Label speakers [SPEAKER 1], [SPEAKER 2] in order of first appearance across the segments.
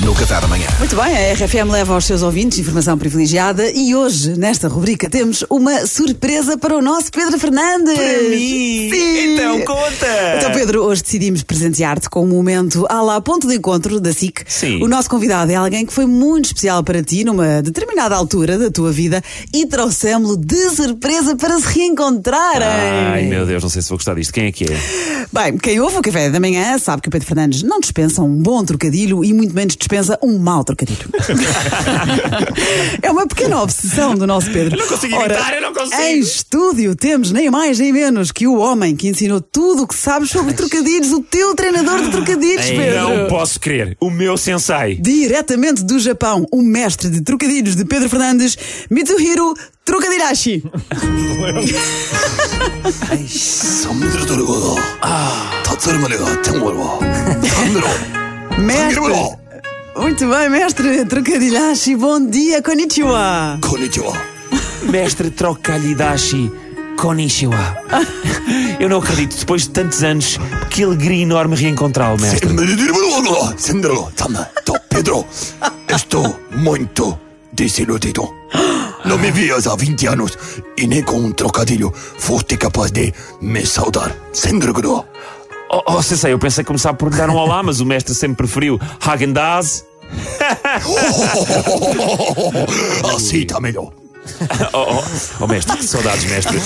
[SPEAKER 1] no Café da manhã.
[SPEAKER 2] Muito bem, a RFM leva aos seus ouvintes informação privilegiada e hoje, nesta rubrica, temos uma surpresa para o nosso Pedro Fernandes.
[SPEAKER 3] Para mim?
[SPEAKER 2] Sim.
[SPEAKER 3] Então conta!
[SPEAKER 2] Então, Pedro, hoje decidimos presentear-te com um momento à lá ponto de encontro da SIC.
[SPEAKER 3] Sim.
[SPEAKER 2] O nosso convidado é alguém que foi muito especial para ti numa determinada altura da tua vida e trouxemos-lo de surpresa para se reencontrarem.
[SPEAKER 3] Ai meu Deus, não sei se vou gostar disto. Quem é que é?
[SPEAKER 2] Bem, quem ouve o Café da Manhã sabe que o Pedro Fernandes não dispensa um bom trocadilho e muito menos dispensa um mau trocadilho. é uma pequena obsessão do nosso Pedro. Eu
[SPEAKER 3] não consigo imitar, eu não consigo.
[SPEAKER 2] Em estúdio temos nem mais nem menos que o homem que ensinou tudo o que sabes sobre trocadilhos, o teu treinador de trocadilhos, Pedro.
[SPEAKER 3] Não posso crer. O meu sensei.
[SPEAKER 2] Diretamente do Japão, o mestre de trocadilhos de Pedro Fernandes, Mitsuhiro Trocadirashi.
[SPEAKER 1] 선민들도 그러고 아, 더 들으면 내가 정말로 힘들어.
[SPEAKER 2] Mestre.
[SPEAKER 1] Trocadilho.
[SPEAKER 2] Muito bem, mestre Trocadilhashi, bom dia, konnichiwa.
[SPEAKER 1] konnichiwa.
[SPEAKER 3] Mestre Trocalhidashi Konishiwa. Eu não acredito, depois de tantos anos, que alegria enorme reencontrá-lo, mestre.
[SPEAKER 1] 힘들어. 힘들어. 참나. 더 Pedro. Estou muito desiludido. Não me vias há 20 anos e nem com um trocadilho foste capaz de me saudar. Sendrugro.
[SPEAKER 3] Oh, oh, sensei, eu pensei começar por lhe dar um olá, mas o mestre sempre preferiu Hagendaz.
[SPEAKER 1] Aceita Assim tá melhor.
[SPEAKER 3] Oh, oh, oh, mestre, que saudades, mestre.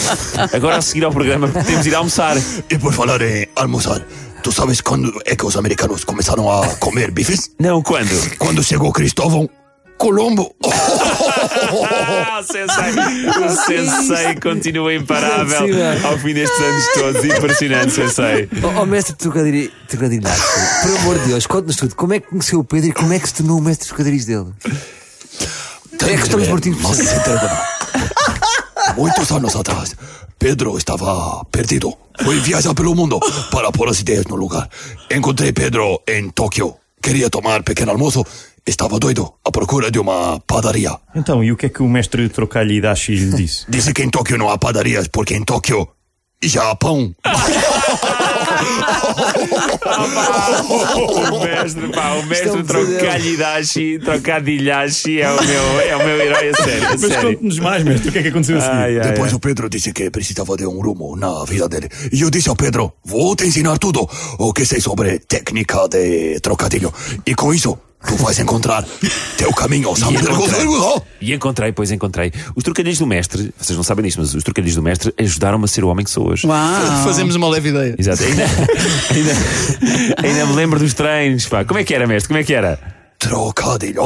[SPEAKER 3] Agora a seguir ao programa, podemos ir almoçar.
[SPEAKER 1] E por falar em almoçar, tu sabes quando é que os americanos começaram a comer bifes?
[SPEAKER 3] Não, quando?
[SPEAKER 1] Quando chegou Cristóvão Colombo.
[SPEAKER 3] Ah, o Sensei! O Sensei continua imparável ao fim destes anos todos. Impressionante, Sensei.
[SPEAKER 4] Ó oh, mestre de trocadilho, trocadilho por amor de Deus, conta-nos tudo. Como é que conheceu o Pedro e como é que se tornou o mestre de trocadilhos dele? É que estamos mortinhos por
[SPEAKER 1] Nossa, Muitos anos atrás, Pedro estava perdido. Foi viajar pelo mundo para pôr as ideias no lugar. Encontrei Pedro em Tóquio. Queria tomar pequeno almoço. Estava doido à procura de uma padaria.
[SPEAKER 5] Então, e o que é que o mestre Trocalho Hidashi lhe disse?
[SPEAKER 1] Disse que em Tóquio não há padarias porque em Tóquio já há pão.
[SPEAKER 3] O mestre, pá, o mestre Trocalhidashi, Trocadilhashi é o meu, é o meu herói, a sério. A
[SPEAKER 5] Mas
[SPEAKER 3] sério.
[SPEAKER 5] conte-nos mais, mestre, o que é que aconteceu a seguir?
[SPEAKER 3] Ai, ai,
[SPEAKER 1] Depois o Pedro disse que precisava de um rumo na vida dele. E eu disse ao Pedro, vou te ensinar tudo o que sei sobre técnica de trocadilho. E com isso, tu vais encontrar teu caminho, sabe?
[SPEAKER 3] E encontrei, pois encontrei. Os trocadilhos do mestre, vocês não sabem disto, mas os trocadilhos do mestre ajudaram-me a ser o homem que sou hoje.
[SPEAKER 2] Uau!
[SPEAKER 6] Fazemos uma leve ideia.
[SPEAKER 3] Exato. Ainda, ainda, ainda me lembro dos treinos, pá. Como é que era, mestre? Como é que era?
[SPEAKER 1] Trocadilho.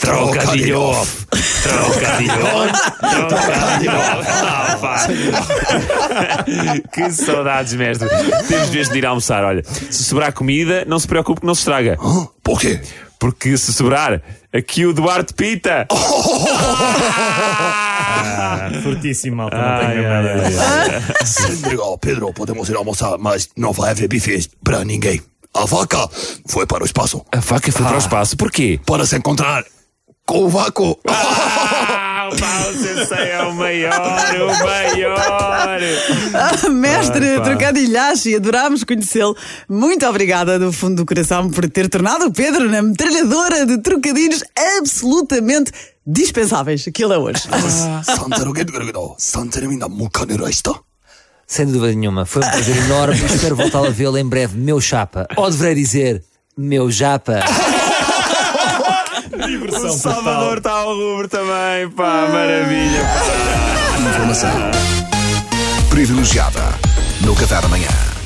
[SPEAKER 3] Trocadilho off. Trocadilho on. Trocadilho off. Ah, pá. Que saudades, mestre. Temos mesmo de ir almoçar. Olha, se sobrar comida, não se preocupe que não se estraga.
[SPEAKER 1] Hã? Por quê?
[SPEAKER 3] Porque se sobrar, aqui o Duarte pita.
[SPEAKER 5] Fortíssimo, malta, não tenho mesmo nada a dizer.
[SPEAKER 1] Obrigado, Pedro, podemos ir almoçar, mas não vai haver bifes pra ninguém. A vaca foi para o espaço
[SPEAKER 3] A faca
[SPEAKER 1] Ah.
[SPEAKER 3] foi para o espaço. Porquê?
[SPEAKER 1] para se encontrar com o vácuo.
[SPEAKER 3] Ah, o Paulo Sensei é o maior, o maior.
[SPEAKER 2] Ah, mestre
[SPEAKER 3] Ai, pá.
[SPEAKER 2] Trocadilhashi, adorámos conhecê-lo. Muito obrigada do fundo do coração por ter tornado o Pedro na metralhadora de trocadilhos absolutamente dispensáveis que ele é hoje.
[SPEAKER 1] 산타로게드그러기도 산타님이나 무카네라이시다.
[SPEAKER 4] Sem dúvida nenhuma, foi um prazer enorme. Espero voltá-lo a vê-lo em breve, meu chapa. Ou deverei dizer, meu japa.
[SPEAKER 3] O Salvador está ao rubro também, pá, maravilha.
[SPEAKER 1] Informação privilegiada no Catar Amanhã.